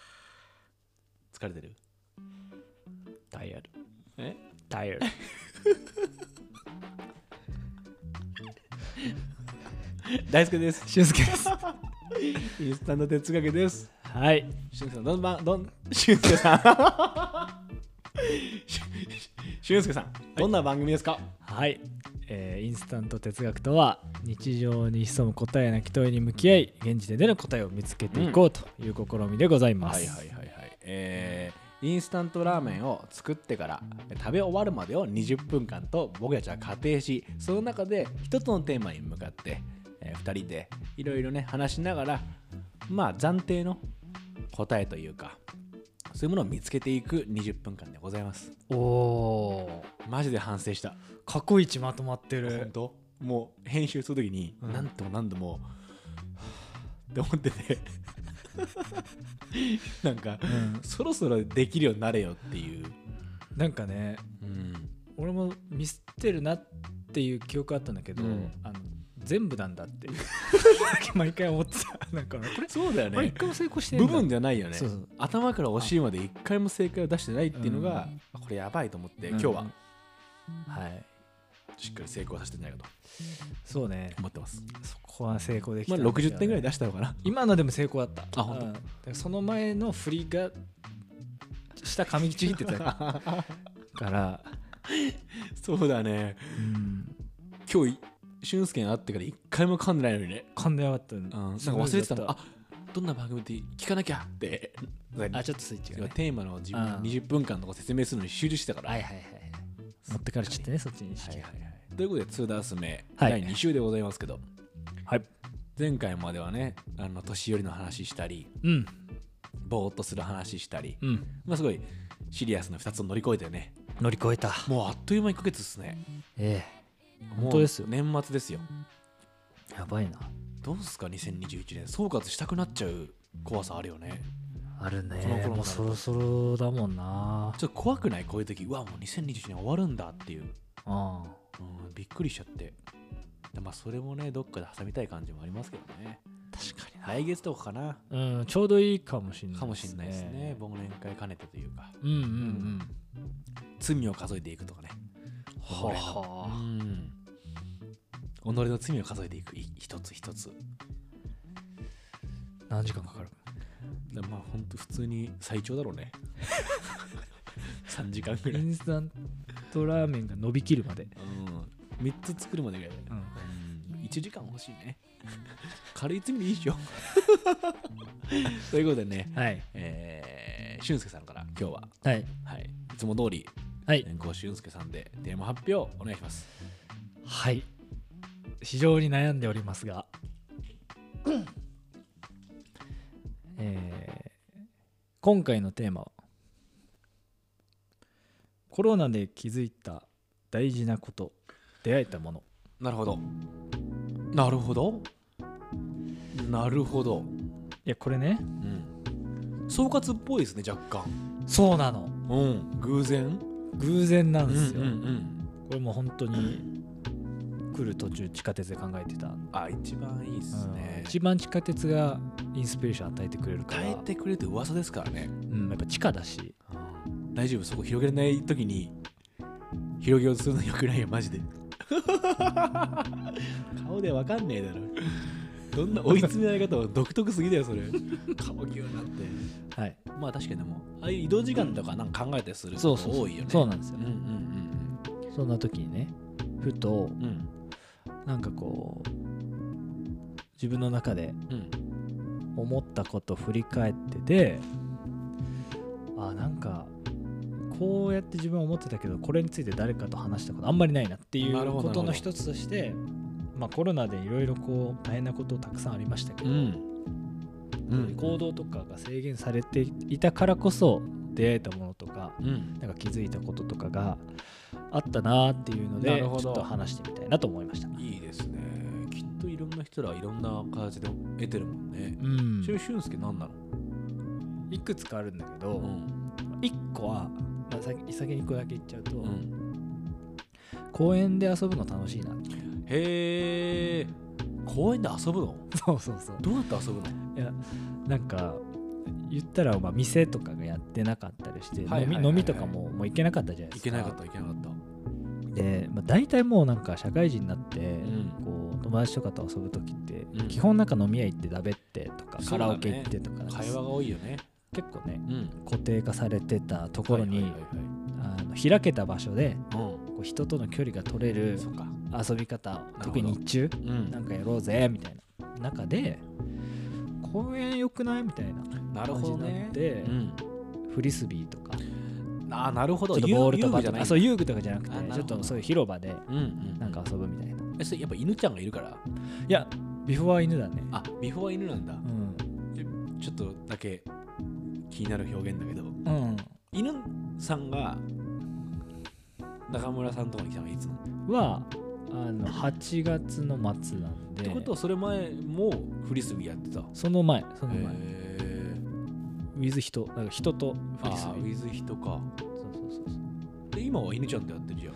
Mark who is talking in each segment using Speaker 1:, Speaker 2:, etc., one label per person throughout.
Speaker 1: 大輔です。
Speaker 2: 俊介です。
Speaker 1: インスタント哲学です。
Speaker 2: はい。
Speaker 1: 俊介さん、どんばん、どん、俊介さん。俊介さん、どんな番組ですか。
Speaker 2: はい。えーインスタント哲学とは日常に潜む答えなき問いに向き合い現時点での答えを見つけていこうという試みでございます、
Speaker 1: いはいはい。えーインスタントラーメンを作ってから食べ終わるまでを20分間と僕たちは仮定しその中で一つのテーマに向かって、え2人でいろいろね話しながらまあ暫定の答えというかそういうものを見つけていく20分間でございます
Speaker 2: おお
Speaker 1: マジで反省した
Speaker 2: 過去一まとまって
Speaker 1: 本
Speaker 2: る
Speaker 1: 当もう編集するときに
Speaker 2: うん
Speaker 1: 何度も何度も、は ぁって思ってて なんか、
Speaker 2: ん
Speaker 1: そろそろできるようになれよっていう、
Speaker 2: なんかね
Speaker 1: うん、
Speaker 2: 俺もミスってるなっていう記憶あったんだけど、
Speaker 1: うん
Speaker 2: あの全部なんだっていう 毎回思ってたなんかこれ
Speaker 1: そうだよ
Speaker 2: これ
Speaker 1: ね
Speaker 2: 一回も成功してない
Speaker 1: 部分じゃないよね
Speaker 2: そうそう
Speaker 1: 頭からお尻まで一回も正解を出してないっていうのが、これやばいと思って、今日は、はいしっかり成功させてんじゃないかと
Speaker 2: そうね
Speaker 1: 思ってます、
Speaker 2: そこは成功でき
Speaker 1: ま
Speaker 2: た
Speaker 1: あ、
Speaker 2: んだよね
Speaker 1: 60点ぐらい出したのか な
Speaker 2: 今のでも成功だった
Speaker 1: あ本当
Speaker 2: うんだからその前の振りが下噛みちぎってたから、
Speaker 1: そうだね
Speaker 2: うん、
Speaker 1: 今日俊介に会ってから一回も噛んでないのにね
Speaker 2: 噛んでなかった、
Speaker 1: うん、なんか忘れてたのあどんな番組って聞かなきゃって
Speaker 2: あちょっとスイッチが、ね、
Speaker 1: テーマの自分
Speaker 2: うん
Speaker 1: 20分間とか説明するのに集中してたから
Speaker 2: はいはいはい持ってかれちゃってねそっちに意識が
Speaker 1: ということで2ダース目、
Speaker 2: はい
Speaker 1: 第2週でございますけど
Speaker 2: はい
Speaker 1: 前回まではねあの年寄りの話したり
Speaker 2: うん
Speaker 1: ぼーっとする話したり、
Speaker 2: うん
Speaker 1: まあ、すごいシリアスな2つを乗り越えてね
Speaker 2: 乗り越えた
Speaker 1: もうあっという間1ヶ月ですね
Speaker 2: え
Speaker 1: もう
Speaker 2: 当ですよ
Speaker 1: 年末ですよ
Speaker 2: えやばいな
Speaker 1: どうすか2021年総括したくなっちゃう怖さあるよね
Speaker 2: ある
Speaker 1: この頃になると
Speaker 2: もうそろそろだもんな
Speaker 1: ちょっと怖くないこういう時うわもう2021年終わるんだっていう
Speaker 2: あ
Speaker 1: うん、びっくりしちゃって。でまあ、それもね、どっかで挟みたい感じもありますけどね。確かに。来月とかかな。
Speaker 2: うんちょうどいいかもしれない
Speaker 1: かもしれないですね。忘年会兼ねてというか、
Speaker 2: うんうんうん
Speaker 1: 罪を数えていくとかね。
Speaker 2: は
Speaker 1: 己の
Speaker 2: あ
Speaker 1: うん。己の罪を数えていく、い一つ一つ。
Speaker 2: 何時間かかる
Speaker 1: でまあ、ほんと、普通に最長だ ろうね。3時間ぐら
Speaker 2: イ
Speaker 1: い。うん。
Speaker 2: ンスタントラーメンが伸びきるまで、
Speaker 1: 3つ作るまでぐらいだよね。うん1時間欲しいね。軽い罪でいいでしょ。ということでね。
Speaker 2: はい
Speaker 1: えー俊介さんから今日は、
Speaker 2: はい
Speaker 1: はい、いつも通り
Speaker 2: はい
Speaker 1: 年功俊介さんでテーマ発表お願いします
Speaker 2: はい非常に悩んでおりますが、えー今回のテーマはコロナで気づいた大事なこと出会えたもの
Speaker 1: なるほどなるほどなるほど、
Speaker 2: いやこれね
Speaker 1: うん、総括っぽいですね若干
Speaker 2: そうなの
Speaker 1: うん偶然
Speaker 2: 偶然なんですよ、
Speaker 1: うんうんうん
Speaker 2: これもう本当に来る途中地下鉄で考えてた
Speaker 1: あ一番いいです
Speaker 2: うん
Speaker 1: ね
Speaker 2: 一番地下鉄がインスピレーション与えてくれるから
Speaker 1: 変えてくれるって噂ですからね、
Speaker 2: うん、やっぱ地下だし
Speaker 1: 大丈夫そこ広げれない時に広げようとするのよくないよマジで 顔でわかんねえだろどんな追い詰められ方も独特すぎだよそれ顔ぎゅうなって
Speaker 2: はい
Speaker 1: まあ確かにでもああいう移動時間とかなんか考えたりする
Speaker 2: そ
Speaker 1: こ
Speaker 2: うそ
Speaker 1: と
Speaker 2: うそう
Speaker 1: 多いよね
Speaker 2: そうなんですよ
Speaker 1: うんうん
Speaker 2: そんな時にねふ
Speaker 1: う
Speaker 2: と
Speaker 1: んうん
Speaker 2: なんかこう自分の中で
Speaker 1: うん
Speaker 2: 思ったことを振り返っててあなんかこうやって自分は思ってたけどこれについて誰かと話したことあんまりないなってい
Speaker 1: なる
Speaker 2: う
Speaker 1: ほど
Speaker 2: こと
Speaker 1: な
Speaker 2: の
Speaker 1: るほど
Speaker 2: 一つとして、まあ、コロナでいろいろこう大変なことたくさんありましたけ
Speaker 1: う
Speaker 2: ど、
Speaker 1: んうん
Speaker 2: 行動とかが制限されていたからこそ出会えたものとか
Speaker 1: うん
Speaker 2: なんか気づいたこととかがあったなっていうので
Speaker 1: な
Speaker 2: ち
Speaker 1: る
Speaker 2: ょ
Speaker 1: ほ
Speaker 2: っ
Speaker 1: ど
Speaker 2: と話してみたいなと思いました。
Speaker 1: いいですねきっといろんな人らはいろんな形で得てるもんね
Speaker 2: うん
Speaker 1: 中俊介何なの
Speaker 2: いくつかあるんだけど、
Speaker 1: ん
Speaker 2: 一個は、まあ、先先に1個だけ言っちゃうと、
Speaker 1: うん
Speaker 2: 公園で遊ぶの楽しいな
Speaker 1: へえ公園で遊ぶの
Speaker 2: そうそうそう
Speaker 1: どうやって遊ぶの
Speaker 2: いやなんか言ったらまあ店とかがやってなかったりし
Speaker 1: は
Speaker 2: て
Speaker 1: いはいはいはい
Speaker 2: 飲み飲みとかももう行けなかったじゃないで
Speaker 1: 行け
Speaker 2: すか
Speaker 1: なかった行けなかった
Speaker 2: で、まあ、大体もうなんか社会人になって、
Speaker 1: ん
Speaker 2: こう友達とかと遊ぶ時って、
Speaker 1: うん
Speaker 2: 基本なんか飲み屋行ってだべってとか、
Speaker 1: そ
Speaker 2: カ
Speaker 1: うだね
Speaker 2: ラオケ行ってとか
Speaker 1: 会話が多いよね。
Speaker 2: 結構ね
Speaker 1: うん。
Speaker 2: 固定化されてたところに、
Speaker 1: はいはいはい
Speaker 2: あの開けた場所で
Speaker 1: はい
Speaker 2: こう人との距離が取れ
Speaker 1: うん。
Speaker 2: る
Speaker 1: そっか。
Speaker 2: 遊び方
Speaker 1: ど
Speaker 2: 特に日中
Speaker 1: うん
Speaker 2: なんかやろうぜみたいな中で公園良くないみたいな
Speaker 1: なるほど
Speaker 2: 感じにな
Speaker 1: ね
Speaker 2: っ。て
Speaker 1: うん。
Speaker 2: フリスビーとか
Speaker 1: あーなるほど。
Speaker 2: ちょっとボールと
Speaker 1: 遊
Speaker 2: か
Speaker 1: 具じゃない
Speaker 2: あそう遊具とかじゃなく
Speaker 1: あなる
Speaker 2: て
Speaker 1: ほ
Speaker 2: ち
Speaker 1: ど
Speaker 2: ょっとそういう広場で
Speaker 1: うんうん。
Speaker 2: なんか遊ぶみたいな
Speaker 1: えそれやっぱ犬ちゃんがいるから。
Speaker 2: いやビフォーは犬だね
Speaker 1: あ、ビフォーは犬なんだ
Speaker 2: う。ん
Speaker 1: ちょっとだけ気になる表現だけど、
Speaker 2: うん
Speaker 1: 犬さんが中村さんとかに来たのはいつなの
Speaker 2: はあの8月の末なんで
Speaker 1: ってことはそれ前もフリスビーやってた。
Speaker 2: その前その前
Speaker 1: へー
Speaker 2: with 人なんか人とフ
Speaker 1: あ
Speaker 2: リス
Speaker 1: ーウ
Speaker 2: ビー
Speaker 1: ィズヒトか。
Speaker 2: そうそうそうそう
Speaker 1: で今は犬ちゃんとやってるじゃん。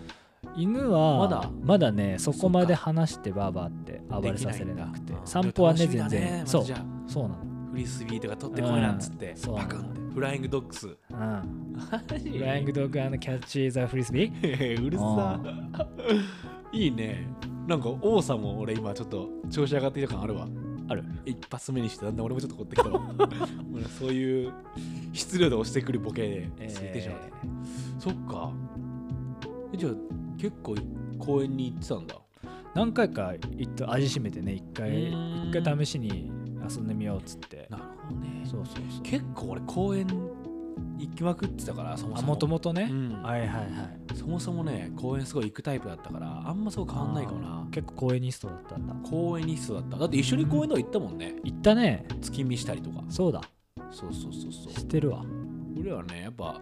Speaker 2: 犬は
Speaker 1: まだ
Speaker 2: まだねそこまで
Speaker 1: そっ
Speaker 2: 話してバーバーって暴れさせれなく
Speaker 1: でき
Speaker 2: て
Speaker 1: いんだ
Speaker 2: 散歩はね
Speaker 1: でも
Speaker 2: 全
Speaker 1: 楽しみだね
Speaker 2: 然
Speaker 1: また
Speaker 2: そう
Speaker 1: じゃあ
Speaker 2: そうなの
Speaker 1: フリスビーとか取ってこいなんつって
Speaker 2: うん、そう
Speaker 1: パクンってフライングドッグス。
Speaker 2: うん
Speaker 1: マジ
Speaker 2: フライングドッグアンドキャッチザフリスビー
Speaker 1: へへ うるさ
Speaker 2: う
Speaker 1: いいねなんか王さも俺今ちょっと調子上がってきた感あるわ
Speaker 2: ある
Speaker 1: 一発目にしてだんだん俺もちょっと凝ってきた わ俺そういう質量で押してくるボケで
Speaker 2: え
Speaker 1: ついてしまって、
Speaker 2: ー
Speaker 1: そっかえじゃあ結構公園に行ってたんだ
Speaker 2: 何回か行って味しめてね一回
Speaker 1: うん
Speaker 2: 一回試しに遊んでみようっつって
Speaker 1: なるほどね
Speaker 2: そうそうそう
Speaker 1: 結構俺公園行きまくってたからそも
Speaker 2: あ
Speaker 1: そも
Speaker 2: もともとね
Speaker 1: うん
Speaker 2: はいはいはい
Speaker 1: そもそもね公園すごい行くタイプだったからあんまそう変わんないかもな
Speaker 2: 結構公園ニストだったんだ
Speaker 1: 公園に必要だっただって一緒に公園とか行ったもんね
Speaker 2: 行ったね
Speaker 1: 月見したりとか
Speaker 2: そうだ
Speaker 1: そうそうそうそう
Speaker 2: してるわ
Speaker 1: 俺らはねやっぱ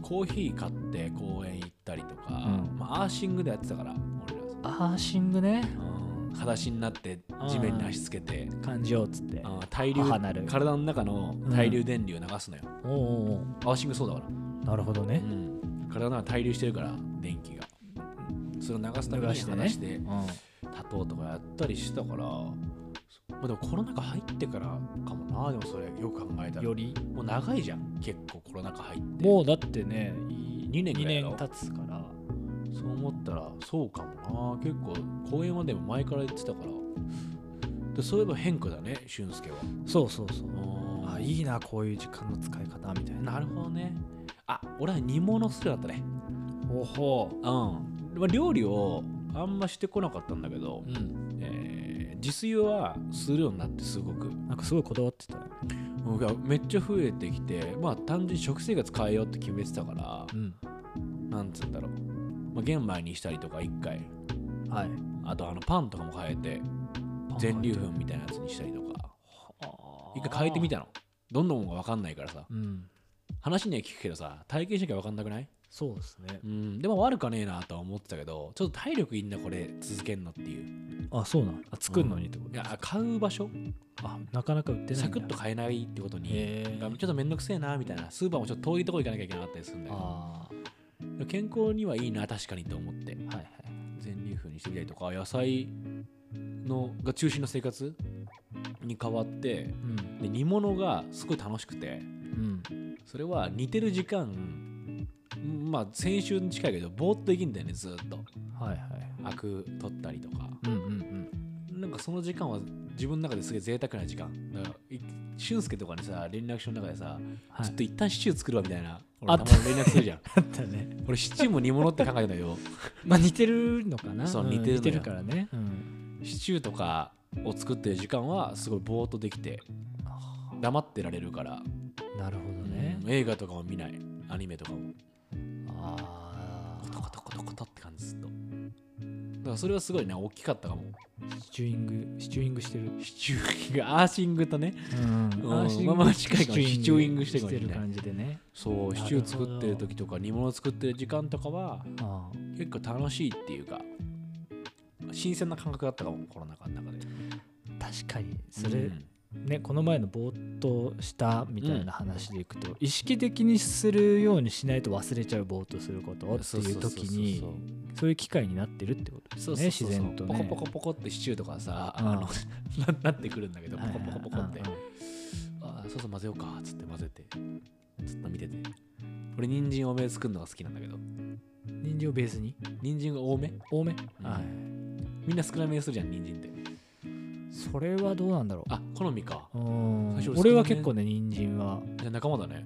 Speaker 1: コーヒー買って公園行ったりとか、
Speaker 2: ん
Speaker 1: まあ、アーシングでやってたから俺ら
Speaker 2: アーシングね
Speaker 1: うん裸足になって地面に足つけて、
Speaker 2: 感じようっつって
Speaker 1: あー対流
Speaker 2: 母なる
Speaker 1: 体の中の対流電流流すのよ、
Speaker 2: おうおうお
Speaker 1: アーシングそうだから、
Speaker 2: うなるほどね
Speaker 1: うん体の中に対流してるから電気がそれを流すために
Speaker 2: 流してね
Speaker 1: 裸足で
Speaker 2: うん
Speaker 1: 立とうとかやったりしてたから、まあ、でもコロナ禍入ってからかもなでもそれよく考えたら
Speaker 2: より
Speaker 1: もう長いじゃん結構コロナ禍入って
Speaker 2: もうだってね
Speaker 1: 2年ぐ
Speaker 2: 2
Speaker 1: らいだろ
Speaker 2: 年経つから
Speaker 1: そう思ったらそうかもな結構公園はでも前から行ってたからでそういえば変化だね俊介は
Speaker 2: そうそうそう
Speaker 1: あ
Speaker 2: あ
Speaker 1: いい
Speaker 2: いいなこういう時間の使い方みたいな
Speaker 1: なるほどねあ俺は煮物するだったね
Speaker 2: ほほ
Speaker 1: うん、まあ、料理をあんましてこなかったんだけど、
Speaker 2: うん
Speaker 1: えー自炊はするようになってすごく
Speaker 2: なんかすごいこだわってたよ
Speaker 1: うんいやめっちゃ増えてきてまあ単純に食生活変えようって決めてたから
Speaker 2: うん
Speaker 1: なんつうんだろう、まあ、玄米にしたりとか1回
Speaker 2: はい
Speaker 1: あとあのパンとかも変えて全粒粉みたいなやつにしたりとか一回変えてみ
Speaker 2: た
Speaker 1: たのどんなもんか分かんないからさ
Speaker 2: うん
Speaker 1: 話には聞くけどさ体験しなきゃ分かんなくない
Speaker 2: そうですね
Speaker 1: うんでも悪かねえなとは思ってたけどちょっと体力いいんだこれ続けんのっていう
Speaker 2: あそうなんあ作るのにってこ
Speaker 1: いや買う場所
Speaker 2: とあなかなか売ってないんだ
Speaker 1: サクッと買えないってことに
Speaker 2: へー
Speaker 1: がちょっとめんどくせえなみたいなスーパーもちょっと遠いとこ行かなきゃいけなかったりするんだよ
Speaker 2: あ
Speaker 1: でも健康にはいいな確かにと思って
Speaker 2: ーはいはい
Speaker 1: 全粒粉にしてみたりとか野菜のが中心の生活に変わって
Speaker 2: うん
Speaker 1: で煮物がすごい楽しくて
Speaker 2: うん
Speaker 1: それは似てる時間まあ先週に近いけどぼーっと生きんだよねずーっと
Speaker 2: はいはい
Speaker 1: アク取ったりとか
Speaker 2: うんうんうん
Speaker 1: なんかその時間は自分の中ですげえ贅沢な時間だからい俊介とかにさ連絡書の中でさ、
Speaker 2: はい
Speaker 1: ちょっと一旦シチュー作るわみたいな
Speaker 2: あ
Speaker 1: 俺
Speaker 2: った
Speaker 1: まに連絡するじゃん
Speaker 2: あったね
Speaker 1: 俺シチューも煮物って考えたんだけど
Speaker 2: まあ似てるのかな
Speaker 1: そうん似てるのよ
Speaker 2: 似てるからねうん
Speaker 1: シチューとかを作ってる時間はすごいぼーっとできて黙ってられるから、
Speaker 2: なるほどね
Speaker 1: うん映画とかも見ないアニメとかも
Speaker 2: あ
Speaker 1: コトコトコトコトって感じずっとだからそれはすごいね大きかったかも
Speaker 2: あシチューイングシチューイングしてる
Speaker 1: シチューイングアーシングとね
Speaker 2: うん
Speaker 1: アーシングシチューイングしてる
Speaker 2: る
Speaker 1: 感
Speaker 2: 感じでね。
Speaker 1: そう
Speaker 2: なる
Speaker 1: シ
Speaker 2: ほど
Speaker 1: チュー作ってる時とか煮物作ってる時間とかは
Speaker 2: あ
Speaker 1: 結構楽しいっていうか新鮮な感覚だったかもコロナ禍の中で
Speaker 2: あ確かにそれ、
Speaker 1: うん
Speaker 2: ねこの前のぼーっとしたみたいな話でいくと、意識的にするようにしないと忘れちゃうぼーっとすることっていう時にそういう機会になってるってことです
Speaker 1: そうそうそうそう
Speaker 2: ね自然とね。
Speaker 1: ポコポコポコってシチューとかさ、
Speaker 2: うん
Speaker 1: あの ななってくるんだけどポ
Speaker 2: はい
Speaker 1: コ
Speaker 2: はい
Speaker 1: ポ
Speaker 2: はい
Speaker 1: コポコって、
Speaker 2: うんうん
Speaker 1: ああそうそう混ぜようかっつって混ぜてずっと見てて俺人参おめえ作るのが好きなんだけど
Speaker 2: 人参をベースに
Speaker 1: 人参が多め
Speaker 2: 多め、
Speaker 1: うん
Speaker 2: はい
Speaker 1: みんな少なめにするじゃん人参って
Speaker 2: それはどうなんだろう
Speaker 1: あ好みか
Speaker 2: うーん
Speaker 1: 最初
Speaker 2: 俺は
Speaker 1: 好きだね
Speaker 2: 結構ね人参は
Speaker 1: じゃあ仲間だね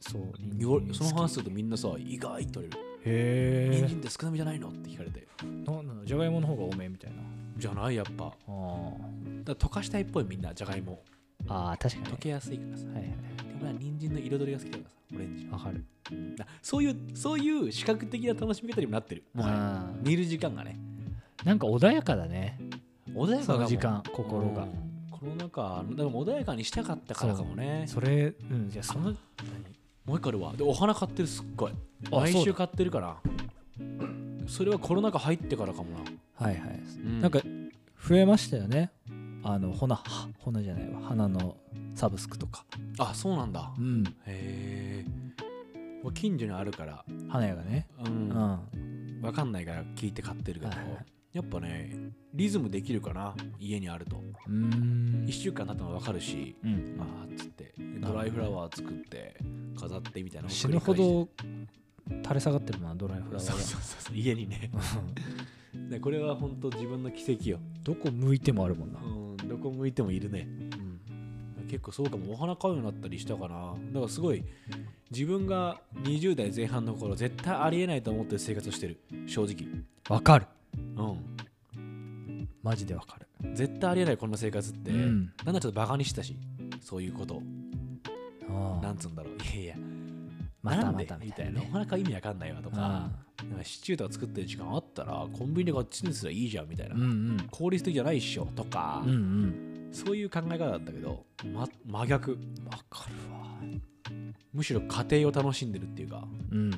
Speaker 2: そう
Speaker 1: 言わ
Speaker 2: 人参
Speaker 1: その
Speaker 2: 好き
Speaker 1: 話するとみんなさ意外って言われる
Speaker 2: へ
Speaker 1: 人
Speaker 2: え
Speaker 1: 参って少なめじゃないのって聞かれて
Speaker 2: なんだろうじゃがいもの方が多めみたいな
Speaker 1: じゃないやっぱ
Speaker 2: あー
Speaker 1: だから溶かしたいっぽいみんなじゃがいも
Speaker 2: あー確か
Speaker 1: 溶
Speaker 2: に
Speaker 1: けやすいからさ
Speaker 2: はいはい
Speaker 1: でも俺は人参の彩りが好きだからさオレンジ
Speaker 2: わかる
Speaker 1: だそういうそういう視覚的な楽しみ方にもなってるもはや
Speaker 2: あー
Speaker 1: 煮る時間がね
Speaker 2: なんか穏やかだね
Speaker 1: 穏やかだ
Speaker 2: そ
Speaker 1: もん
Speaker 2: の時間心
Speaker 1: う
Speaker 2: が
Speaker 1: んコロナ禍でも穏やかにしたかったからかもね
Speaker 2: それうんじゃその
Speaker 1: もう一個あるわでお花買ってるすっごい
Speaker 2: あ
Speaker 1: 毎
Speaker 2: そう
Speaker 1: 週
Speaker 2: だ
Speaker 1: 買ってるからそれはコロナ禍入ってからかもな、
Speaker 2: はいはい、
Speaker 1: うん
Speaker 2: なんか増えましたよねあのほなはほなじゃないわ花のサブスクとか
Speaker 1: あそうなんだ
Speaker 2: うん
Speaker 1: へえ俺近所にあるから
Speaker 2: 花屋がね
Speaker 1: う、
Speaker 2: うんん、
Speaker 1: わ分かんないから聞いて買ってるけど、
Speaker 2: はいはい
Speaker 1: やっぱねリズムできるかな家にあると
Speaker 2: うーん
Speaker 1: 1週間経ったの分かるし
Speaker 2: うん
Speaker 1: あーっつってドライフラワー作って飾ってみたいなのを
Speaker 2: 死ぬほ
Speaker 1: 繰
Speaker 2: ど垂れ下がってるなドライフ
Speaker 1: り返
Speaker 2: ラワ
Speaker 1: してそう
Speaker 2: ーが
Speaker 1: そうそうそう家にねでこれは本当自分の奇跡よ
Speaker 2: どこ向いてもあるもんな
Speaker 1: うんどこ向いてもいるね、うん、結構そうかもお花買うようになったりしたかなだからすごい自分が20代前半の頃絶対ありえないと思ってる生活をしてる正直
Speaker 2: わかる
Speaker 1: うん
Speaker 2: マジでわかる
Speaker 1: 絶対ありえないこんな生活って、
Speaker 2: うん
Speaker 1: なんだちょっとバカにしてたしそういうこと
Speaker 2: あ
Speaker 1: な
Speaker 2: あ
Speaker 1: んつうんだろういやいや
Speaker 2: また
Speaker 1: なん
Speaker 2: ま
Speaker 1: で
Speaker 2: たみ
Speaker 1: み
Speaker 2: た
Speaker 1: た
Speaker 2: い
Speaker 1: い
Speaker 2: な
Speaker 1: なお
Speaker 2: ね
Speaker 1: 花買う意味わかんないわとか
Speaker 2: あ
Speaker 1: なんかシチューとか作ってる時間あったらコンビニでこっちにすりゃいいじゃんみたい
Speaker 2: あ
Speaker 1: な、
Speaker 2: うんうん
Speaker 1: 効率的じゃないっしょとか、
Speaker 2: うんうん
Speaker 1: そういう考え方だったけど、ま、真逆
Speaker 2: わかるわ
Speaker 1: むしろ家庭を楽しんでるっていうか
Speaker 2: うん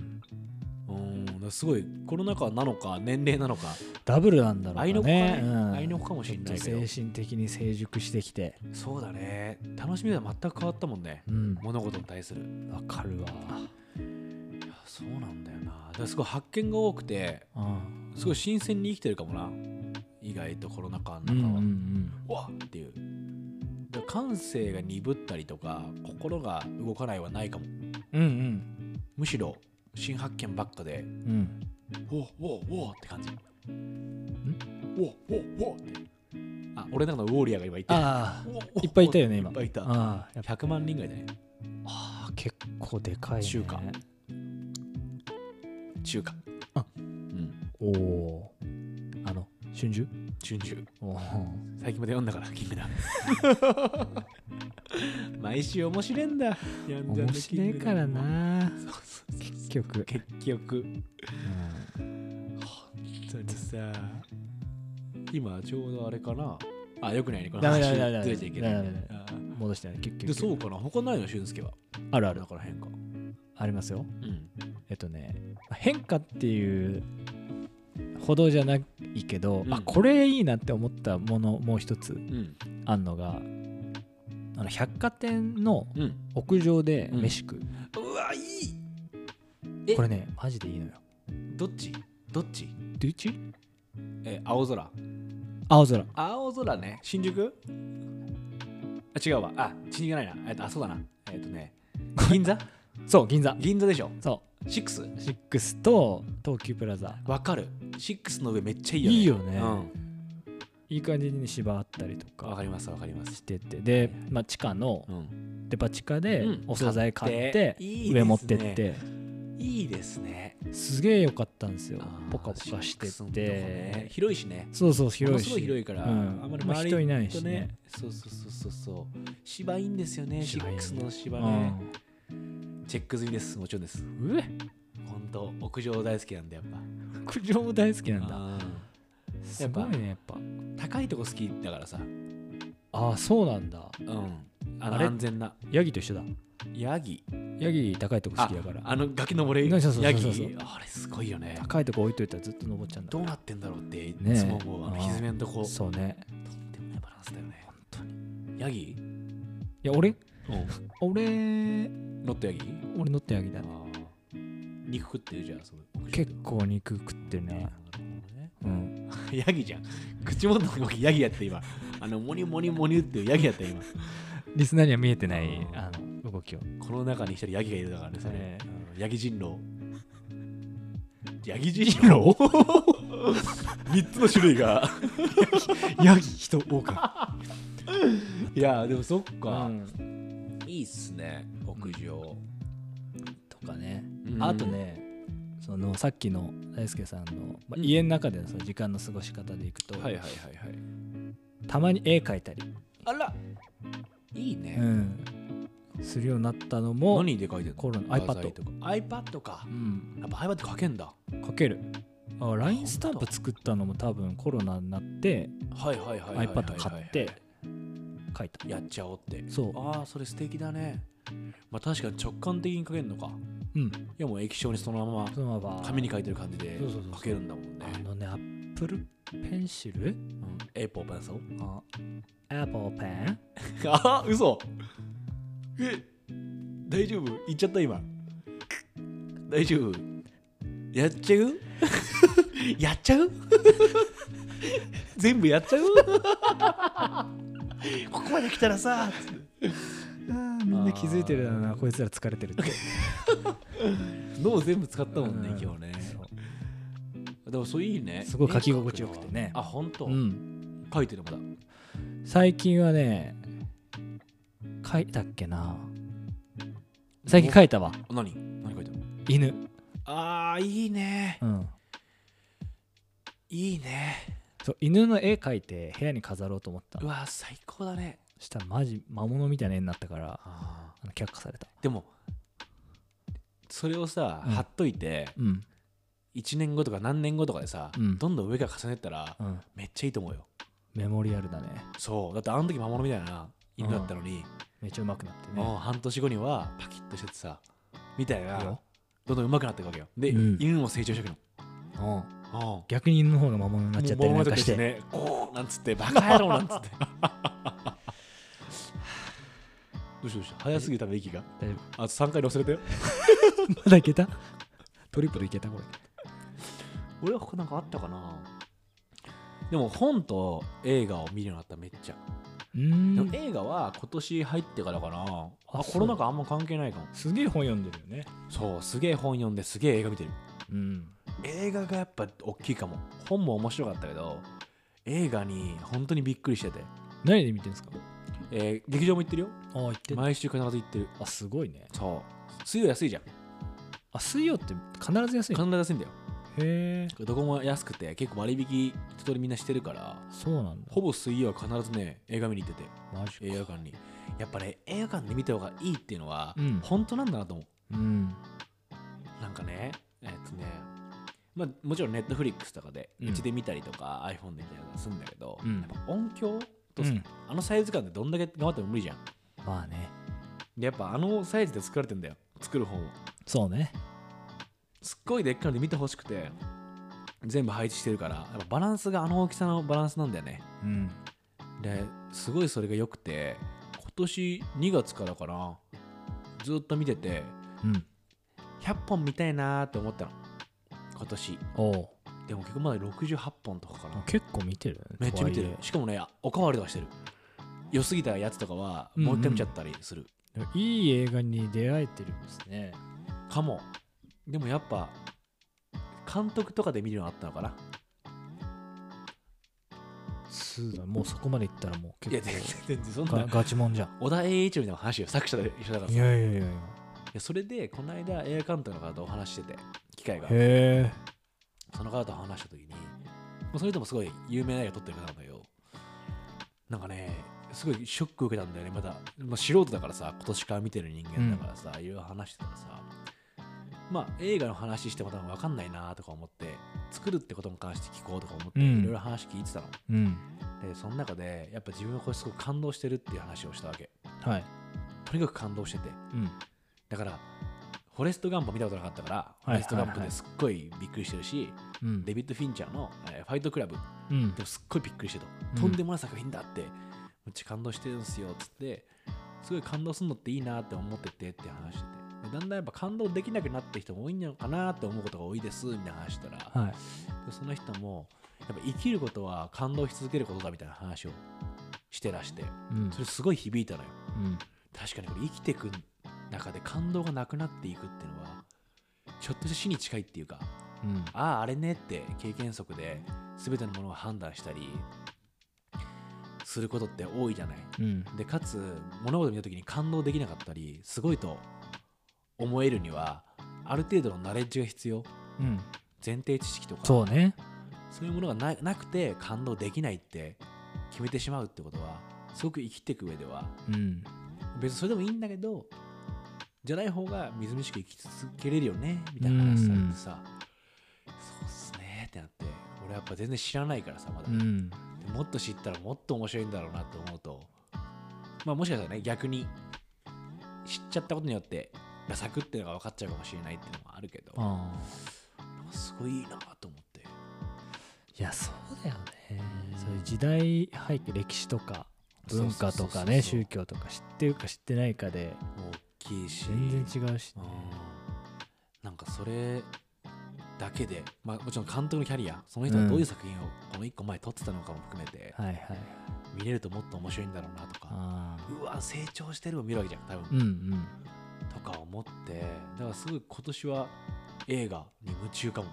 Speaker 1: うーんだからすごいコロナ禍なのか年齢なのか
Speaker 2: ダブルなんだろう
Speaker 1: 愛の
Speaker 2: か
Speaker 1: 子か,、ね
Speaker 2: ねうん
Speaker 1: 愛の子かもしれ
Speaker 2: ち
Speaker 1: な
Speaker 2: ょ
Speaker 1: い
Speaker 2: っと
Speaker 1: けど
Speaker 2: 精神的に成熟してきて
Speaker 1: そうだね楽しみが全く変わったもんね
Speaker 2: うん
Speaker 1: 物事に対する
Speaker 2: わかるわ
Speaker 1: いやそうなんだよなだからすごい発見が多くて
Speaker 2: うん
Speaker 1: すごい新鮮に生きてるかもな意外とコロナ禍の中
Speaker 2: うんう
Speaker 1: は、
Speaker 2: ん
Speaker 1: うわっっていうだから感性が鈍ったりとか心が動かないはないかも
Speaker 2: うんうん
Speaker 1: むしろ新発見ばっかで
Speaker 2: うん
Speaker 1: おおおおって感じ。おおおって。あ、俺の中のウォーリアーが今いて。
Speaker 2: あ
Speaker 1: おお
Speaker 2: あいっぱいいたよね今
Speaker 1: いっぱいいた。
Speaker 2: ああやっぱ
Speaker 1: 100万人ぐらいだね。
Speaker 2: ああ結構でかいね
Speaker 1: 中華中華。
Speaker 2: あ
Speaker 1: うん。
Speaker 2: おおあの春秋
Speaker 1: 春秋。
Speaker 2: おお
Speaker 1: 最近まで読んだから、キングダム。 毎週面白いんだ。やんじゃんのキング
Speaker 2: 面
Speaker 1: ダ
Speaker 2: 白
Speaker 1: ム
Speaker 2: いから。な
Speaker 1: そうそうそう
Speaker 2: 結局
Speaker 1: 結局。
Speaker 2: うん
Speaker 1: 本当にさ。今ちょうどあれかな。あ、よくないね。この
Speaker 2: ダメ
Speaker 1: 話
Speaker 2: ダメダメダメ
Speaker 1: ずれちゃいけない
Speaker 2: ダメダメ
Speaker 1: ね。あ
Speaker 2: 戻してない結
Speaker 1: ー
Speaker 2: 局
Speaker 1: で、そうかな。他ないの、俊介は。
Speaker 2: あるあ
Speaker 1: あれ
Speaker 2: る
Speaker 1: だから変化。
Speaker 2: ありますよ
Speaker 1: うん。
Speaker 2: えっとね変化っていうほどじゃないけど、
Speaker 1: うん
Speaker 2: あこれいいなって思ったものもう一つ
Speaker 1: うん。
Speaker 2: あんのがあの百貨店の
Speaker 1: うん。
Speaker 2: 屋上で飯食う、
Speaker 1: うわいいえ
Speaker 2: これねマジでいいのよ
Speaker 1: どっちどっち
Speaker 2: どっち
Speaker 1: え青空
Speaker 2: 青空
Speaker 1: 青空ね新宿あ違うわあ新宿じゃないなえっとあそうだなえっとね銀座
Speaker 2: そう銀座
Speaker 1: 銀座でしょ
Speaker 2: そ
Speaker 1: シックス
Speaker 2: うシックスと東急プラザ
Speaker 1: わかるシックスの上めっちゃいいよね
Speaker 2: いいよね
Speaker 1: うん
Speaker 2: いい感じに芝あったりと
Speaker 1: わ
Speaker 2: か
Speaker 1: かりますわかります
Speaker 2: しててで、まあ、地下の
Speaker 1: うん
Speaker 2: デパ地下で
Speaker 1: うん
Speaker 2: お惣菜買っ
Speaker 1: 買って
Speaker 2: て
Speaker 1: いいですね
Speaker 2: 上持ってって
Speaker 1: いいですね
Speaker 2: すげえ良かったんですよ
Speaker 1: あー
Speaker 2: ポカポカし
Speaker 1: シックスの
Speaker 2: て
Speaker 1: とこね
Speaker 2: て
Speaker 1: 広いしね
Speaker 2: そうそう
Speaker 1: も
Speaker 2: 広い
Speaker 1: のすごい
Speaker 2: し
Speaker 1: 広いから、
Speaker 2: うん
Speaker 1: あんまり
Speaker 2: まあ
Speaker 1: 周り
Speaker 2: 人いない
Speaker 1: と
Speaker 2: しね
Speaker 1: そうそうそうそうそう芝いいんですよねシ
Speaker 2: 芝いい
Speaker 1: ックスの芝ね、
Speaker 2: う
Speaker 1: チェック済みですもちろんです
Speaker 2: んうえ
Speaker 1: 本当屋上大好きなんでやっぱ
Speaker 2: 屋上も大好きなんだ
Speaker 1: あ
Speaker 2: すごいねやっぱ
Speaker 1: ー高いとこ好きだからさ
Speaker 2: ああそうなんだ
Speaker 1: うんあ
Speaker 2: あ
Speaker 1: の
Speaker 2: れ
Speaker 1: 安全な
Speaker 2: ヤギと一緒だ
Speaker 1: ヤギ
Speaker 2: ヤギ高いとこ好きだから
Speaker 1: ああの崖登れる
Speaker 2: そうそうそう
Speaker 1: ヤギ
Speaker 2: そうそう
Speaker 1: あれすごいよね
Speaker 2: 高いとこ置いといたらずっと登っちゃうんだ
Speaker 1: どうなってんだろうってい
Speaker 2: ねえ
Speaker 1: つも思うあの
Speaker 2: あー
Speaker 1: ひずめんとこと
Speaker 2: そうね
Speaker 1: んでもないバランスだよね本当にヤギ
Speaker 2: いや俺俺
Speaker 1: ノットヤギ
Speaker 2: 俺乗ってヤギ
Speaker 1: あ
Speaker 2: だね
Speaker 1: ー肉食ってるじゃんその屋上で
Speaker 2: 結構肉食ってる
Speaker 1: なる
Speaker 2: ね
Speaker 1: ほどね
Speaker 2: うん
Speaker 1: ヤギじゃん口元の動きヤギやって今あのモニモニモニっていうヤギやって今
Speaker 2: リスナーには見えてない
Speaker 1: あ
Speaker 2: あの動きを
Speaker 1: この中に一人ヤギがいるだからねそれ、
Speaker 2: ね
Speaker 1: ヤギ人狼ヤギジロ郎3つの種類が
Speaker 2: ヤギ人多か
Speaker 1: いやでもそっか、
Speaker 2: うん
Speaker 1: いいっすね屋上、
Speaker 2: とかね、
Speaker 1: うん
Speaker 2: あとねそのさっきの大輔さんの、まあ、家の中でのその時間の過ごし方でいくと、
Speaker 1: はいはいはいはい
Speaker 2: たまに絵描いたり、
Speaker 1: あらいいね、
Speaker 2: うん、するようになったのも、
Speaker 1: 何で書いてるの
Speaker 2: コロナ iPad
Speaker 1: 画材とか iPad か
Speaker 2: うん、
Speaker 1: やっぱ iPad 書けんだ
Speaker 2: 描けるあ LINE スタン
Speaker 1: 本
Speaker 2: プ作ったのも多分コロナになって
Speaker 1: はいはいはいはいはいはい
Speaker 2: iPad 買って描いた
Speaker 1: やっちゃおうって
Speaker 2: そう
Speaker 1: ああそれ素敵だねまあ確かに直感的に書けるのか
Speaker 2: うん
Speaker 1: いやもう液晶にそのまま
Speaker 2: そのまま
Speaker 1: 紙に書いてる感じで
Speaker 2: そうそうそうそう
Speaker 1: 書けるんだもんね
Speaker 2: あのねアップルペンシル
Speaker 1: エイポーペンソー
Speaker 2: あアップルペン
Speaker 1: あー嘘え大丈夫言っちゃった今大丈夫やっちゃう やっちゃう全部やっち ゃうここまで来たらさつって
Speaker 2: みんな気づいてるだろうなこいつら疲れてるって
Speaker 1: 脳全部使ったもんね、
Speaker 2: うん
Speaker 1: 今日ね
Speaker 2: そ
Speaker 1: でもそういいね
Speaker 2: すごい書き心地よくてね
Speaker 1: あ本当、
Speaker 2: うん
Speaker 1: 書いてるまだ
Speaker 2: 最近はね書いたっけな最近書いたわ
Speaker 1: 何何書いてる
Speaker 2: 犬
Speaker 1: あーいいね
Speaker 2: うん
Speaker 1: いいね
Speaker 2: そう犬の絵描いて部屋に飾ろうと思った
Speaker 1: うわ最高だね
Speaker 2: したらマジ魔物みたいな絵になったから
Speaker 1: あ
Speaker 2: あの却下された
Speaker 1: ーでもそれをさ、
Speaker 2: うん
Speaker 1: 貼っといて
Speaker 2: うん
Speaker 1: 1年後とか何年後とかでさ、
Speaker 2: うん
Speaker 1: どんどん上から重ねたら、
Speaker 2: うん
Speaker 1: めっちゃいいと思うよ
Speaker 2: メモリアルだね
Speaker 1: そうだってあの時魔物みたいな犬だったのに、
Speaker 2: めっちゃうまくなって
Speaker 1: もう
Speaker 2: ね
Speaker 1: 半年後にはパキッとしててさみたい
Speaker 2: いい
Speaker 1: な
Speaker 2: よ
Speaker 1: どんどん上手くなっていくわけよで、
Speaker 2: うん
Speaker 1: 犬も成長していくの
Speaker 2: うん
Speaker 1: うん
Speaker 2: 逆に犬の方が魔物になっちゃったりなんかして
Speaker 1: ね、こうなんつって、バカ野郎なんつって。 どうしたどうした早すぎたべ息が。
Speaker 2: 大丈
Speaker 1: あと3回で忘れたよ。
Speaker 2: 夫まだいけたトリプルいけたこれ
Speaker 1: 俺は他なんかあったかなでも本と映画を見るようになっためっちゃ。
Speaker 2: う
Speaker 1: で
Speaker 2: ん
Speaker 1: も映画は今年入ってからかな。あ、
Speaker 2: あ
Speaker 1: コロナ禍あんま関係ないかも。
Speaker 2: すげえ本読んでるよね
Speaker 1: そう、すげえ本読んですげえ映画見てる。
Speaker 2: うん
Speaker 1: 映画がやっぱ大きいかも。本も面白かったけど、映画に本当にびっくりしてて。
Speaker 2: 何で見てるんですか
Speaker 1: えー劇場も行ってるよ。
Speaker 2: ああ行って
Speaker 1: 毎週必ず行ってる。
Speaker 2: あすごいね
Speaker 1: そう。水曜安いじゃん。
Speaker 2: あ水曜って必ず安い
Speaker 1: 必
Speaker 2: の
Speaker 1: ず安いんだよ
Speaker 2: へえ
Speaker 1: どこも安くて結構割引一通りみんなしてるから
Speaker 2: そうなんだ
Speaker 1: ほぼ水曜は必ずね映画見に行ってて
Speaker 2: マジか
Speaker 1: 映画館にやっぱね映画館で見た方がいいっていうのは、
Speaker 2: うん
Speaker 1: 本当なんだなと思
Speaker 2: うん
Speaker 1: うなんかねえっとねまあもちろんネットフリックスとかで
Speaker 2: うん
Speaker 1: うちで見たりとか、iPhone で見たりとかするんだけど、
Speaker 2: うん
Speaker 1: やっぱ音響とさ、
Speaker 2: うん
Speaker 1: あのサイズ感でどんだけ頑張っても無理じゃん
Speaker 2: まあね
Speaker 1: でやっぱあのサイズで作られてんだよ作る方も
Speaker 2: そうね
Speaker 1: すっごいでっかいので見てほしくて全部配置してるからやっぱバランスがあの大きさのバランスなんだよね
Speaker 2: うん
Speaker 1: ですごいそれが良くて今年2月からかなずっと見てて
Speaker 2: うん
Speaker 1: 100本見たいなーって思ったの今年
Speaker 2: おう
Speaker 1: でも結構まだ68本とかかな
Speaker 2: あ結構見てるね
Speaker 1: めっちゃ見て
Speaker 2: と
Speaker 1: る
Speaker 2: はい
Speaker 1: しかもねあおかわりとかしてる良すぎたやつとかは
Speaker 2: うんうん
Speaker 1: もう一回見ちゃったりする、
Speaker 2: えでもいい映画に出会えてるんですね
Speaker 1: かもでもやっぱ監督とかで見るのあったのかな
Speaker 2: そうだもうそこまでいったらもう
Speaker 1: いや
Speaker 2: 結
Speaker 1: 全然全然そん
Speaker 2: 構が
Speaker 1: な
Speaker 2: ガチモンじゃん
Speaker 1: 小田栄一郎の話よ作者で一緒だから
Speaker 2: い
Speaker 1: さ
Speaker 2: やいやいやいや
Speaker 1: いやそれでこの間映画監督の方とお話ししてて機会があって
Speaker 2: へえ
Speaker 1: その方と話した時に、まあ、その人もすごい有名な映画撮ってる方なんだけどなんかねすごいショック受けたんだよねまだ、まあ、素人だからさ今年から見てる人間だからさ、いろいろ話してたらさまあ映画の話しても多分分かんないなとか思って作るってことに関して聞こうとか思って
Speaker 2: うん
Speaker 1: いろいろ話聞いてたの、
Speaker 2: うん
Speaker 1: でその中でやっぱ自分はこれすごく感動してるっていう話をしたわけ
Speaker 2: はい
Speaker 1: とにかく感動してて
Speaker 2: うん
Speaker 1: だからフォレストガンプ見たことなかったから、フォレストガンプですっごいびっくりしてるし、
Speaker 2: うん
Speaker 1: デビッド・フィンチャーの、えーファイトクラブで
Speaker 2: うん
Speaker 1: もすっごいびっくりしてと、
Speaker 2: うん
Speaker 1: とんでもない作品だってめっちゃ感動してるんですよっつってすごい感動するのっていいなって思っててって話しててでだんだんやっぱ感動できなくなってる人も多いんじゃないかなって思うことが多いですみたいな話したら、
Speaker 2: はい
Speaker 1: でその人もやっぱ生きることは感動し続けることだみたいな話をしてらして
Speaker 2: うん
Speaker 1: それすごい響いたのよ
Speaker 2: うん
Speaker 1: 確かにこれ生きていく中で感動がなくなっていくっていうのはちょっとした死に近いっていうか
Speaker 2: うん
Speaker 1: あああれねって経験則で全てのものを判断したりすることって多いじゃない。
Speaker 2: うん
Speaker 1: でかつ物事を見た時に感動できなかったりすごいと思えるにはある程度のナレッジが必要
Speaker 2: うん
Speaker 1: 前提知識とか
Speaker 2: そうね
Speaker 1: そういうものがななくて感動できないって決めてしまうってことはすごく生きていく上では
Speaker 2: うん
Speaker 1: 別にそれでもいいんだけどじゃない方がみずみずしく生き続けれるよねみたいな話されてさ、そうっすねってなって俺やっぱ全然知らないからさまだ、
Speaker 2: うん
Speaker 1: でもっと知ったらもっと面白いんだろうなと思うとまあもしかしたらね逆に知っちゃったことによってダサくっていうのが分かっちゃうかもしれないっていうのもあるけど
Speaker 2: ああ
Speaker 1: すごいいいなと思って
Speaker 2: いやそうだよねそういう時代背景歴史とか文化
Speaker 1: そ
Speaker 2: とかね
Speaker 1: うそうそうそう
Speaker 2: 宗教とか知ってるか知ってないかで
Speaker 1: 大きいし
Speaker 2: 全然違うし
Speaker 1: う
Speaker 2: ね
Speaker 1: んなんかそれだけで、まあ、もちろん監督のキャリアその人がどういう作品をこの1個前撮ってたのかも含めて、
Speaker 2: はいはい
Speaker 1: 見れるともっと面白いんだろうなとか
Speaker 2: ああ
Speaker 1: うわ成長してるを見るわけじゃん多分、
Speaker 2: うんうん
Speaker 1: とか思ってだからすごい今年は映画に夢中かも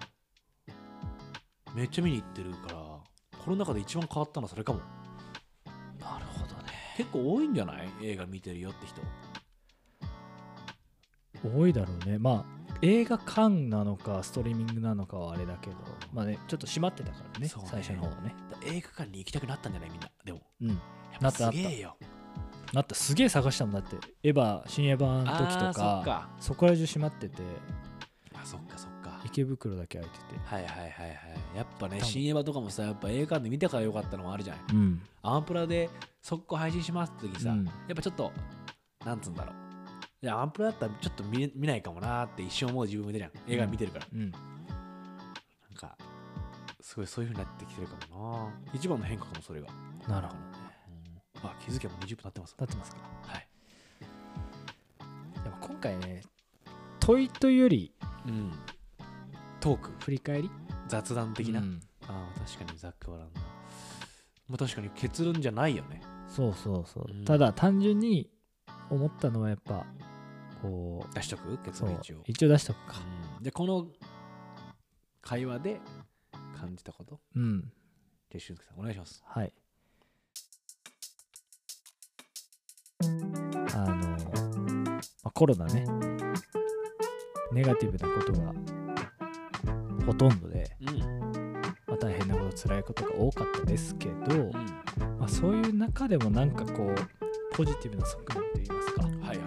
Speaker 1: めっちゃ見に行ってるからコロナ禍で一番変わったのはそれかも
Speaker 2: なるほどね
Speaker 1: 結構多いんじゃない映画見てるよって人
Speaker 2: 多いだろうねまあ映画館なのかストリーミングなのかはあれだけどまあねちょっと閉まってたからね
Speaker 1: そうね
Speaker 2: 最初の方はね
Speaker 1: だ映画館に行きたくなったんじゃないみんなでも
Speaker 2: うん
Speaker 1: や
Speaker 2: な
Speaker 1: ぱ
Speaker 2: ったな
Speaker 1: す
Speaker 2: った
Speaker 1: げえよ
Speaker 2: なったすげえ探したもんだってエヴァ新エヴァの時と
Speaker 1: あーそ
Speaker 2: か
Speaker 1: っか
Speaker 2: そこら中閉まってて
Speaker 1: あそっかそっか
Speaker 2: 池袋だけ開いて
Speaker 1: はいはいはいはいやっぱね
Speaker 2: 多分
Speaker 1: 新映画とかもさやっぱ映画館で見たからよかったのもあるじゃない
Speaker 2: てうん
Speaker 1: アマプラで速攻配信しますって時さ、
Speaker 2: うん
Speaker 1: やっぱちょっとなんつうんだろういやアマプラだったらちょっと見れ見ないかもなーって一瞬思う自分もいるじゃん映画見てるから、
Speaker 2: う
Speaker 1: な
Speaker 2: ん
Speaker 1: んかすごいそういう風になってきてるかもな一番の変化かもそれが、
Speaker 2: なるほどね
Speaker 1: うんあ気づけば20分経ってます
Speaker 2: なってますか
Speaker 1: はい
Speaker 2: でも今回ね問いというより
Speaker 1: うんトーク
Speaker 2: 振り返り
Speaker 1: 雑談的な、
Speaker 2: うん
Speaker 1: あー確かにざっくばらんなまあ確かに結論じゃないよね
Speaker 2: そうそうそう、
Speaker 1: うん
Speaker 2: ただ単純に思ったのはやっぱこう
Speaker 1: 出しとく結
Speaker 2: そう
Speaker 1: 論一応
Speaker 2: 一応出しとくか
Speaker 1: うんでこの会話で感じたこと
Speaker 2: うん
Speaker 1: じゃあ俊介さんお願いします
Speaker 2: はいあの、まあ、コロナねネガティブなことがほとんどで、
Speaker 1: うん
Speaker 2: まあ、大変なこと辛いことが多かったですけど、
Speaker 1: うん
Speaker 2: まあ、そういう中でもなんかこうポジティブな側面といいますか
Speaker 1: はいはいはいは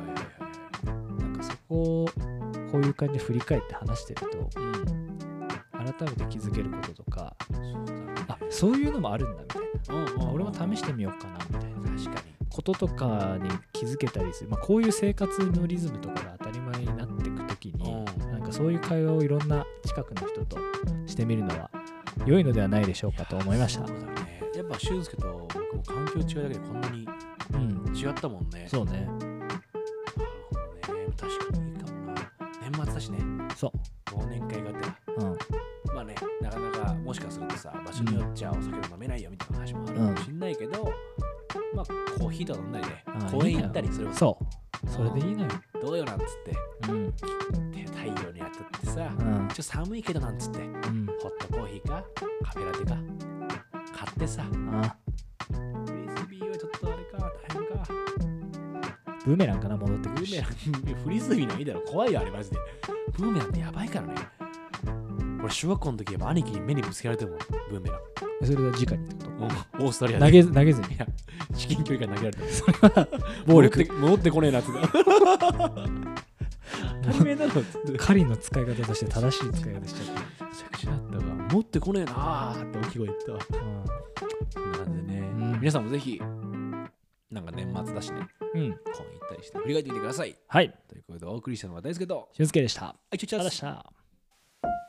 Speaker 1: い
Speaker 2: なんかそこをこういう感じで振り返って話してると
Speaker 1: うん
Speaker 2: 改めて気づけることとか
Speaker 1: そうだね
Speaker 2: あそういうのもあるんだみたい
Speaker 1: うんうんう
Speaker 2: な、
Speaker 1: ん
Speaker 2: 俺も試してみようかなみたいな
Speaker 1: 確かに
Speaker 2: こととかに気づけたりする、まあ、こういう生活のリズムとかが当たり前になっていく時に
Speaker 1: うん
Speaker 2: なんかそういう会話をいろんな近くの人としてみるのは良いのではないでしょうかと思いました
Speaker 1: そうだねやっぱ俊介と僕も環境違いだけでこんなに
Speaker 2: うん
Speaker 1: 違ったもんね
Speaker 2: そうね
Speaker 1: なるほどね確かにいいかもな年末だしね
Speaker 2: そ
Speaker 1: 忘年会があってな
Speaker 2: ううん
Speaker 1: まあねなかなかもしかするとさ場所によっちゃお酒飲めないよみたいな話もあるかもしんないけど、まあコーヒーとか飲んだりね
Speaker 2: あ
Speaker 1: 公園行ったりそれこそ
Speaker 2: そうそれでいいのよ
Speaker 1: どうよなんつって
Speaker 2: うん
Speaker 1: で太陽に当たってさ、
Speaker 2: う
Speaker 1: ちょ
Speaker 2: ん
Speaker 1: っと寒いけどなんつって
Speaker 2: うん
Speaker 1: ホットコーヒーかカフェラテか買ってさ
Speaker 2: あ
Speaker 1: フリスビーはちょっとあれか大変か
Speaker 2: ブーメランかな戻って
Speaker 1: ブ
Speaker 2: くる
Speaker 1: ーメ
Speaker 2: し
Speaker 1: ラン フリスビーないいだろ怖いよあれマジでブーメランってやばいからね俺小学校の時やっぱ兄貴に目にぶつけられてるもんブーメラン
Speaker 2: それが次回ってこと
Speaker 1: オーストラリアで
Speaker 2: 投げず投げずに
Speaker 1: いや至近距離から投げられた
Speaker 2: 暴
Speaker 1: 戻
Speaker 2: 力
Speaker 1: って戻ってこねえなやつ が当たり前だろっつって
Speaker 2: 狩りの使い方として正しい使い方しちゃっ
Speaker 1: めちゃくちゃだったわ持ってこねえなーって大きい声言ったわ
Speaker 2: た
Speaker 1: そんな感じでね、
Speaker 2: うん
Speaker 1: 皆さんもぜひなんか年末だしね
Speaker 2: うん、うん、
Speaker 1: 本行ったりして振り返ってみてください
Speaker 2: はい
Speaker 1: ということでお送りしたのは大輔と
Speaker 2: 俊介でした
Speaker 1: あいちょち
Speaker 2: ありがとうござい
Speaker 1: ょ
Speaker 2: ました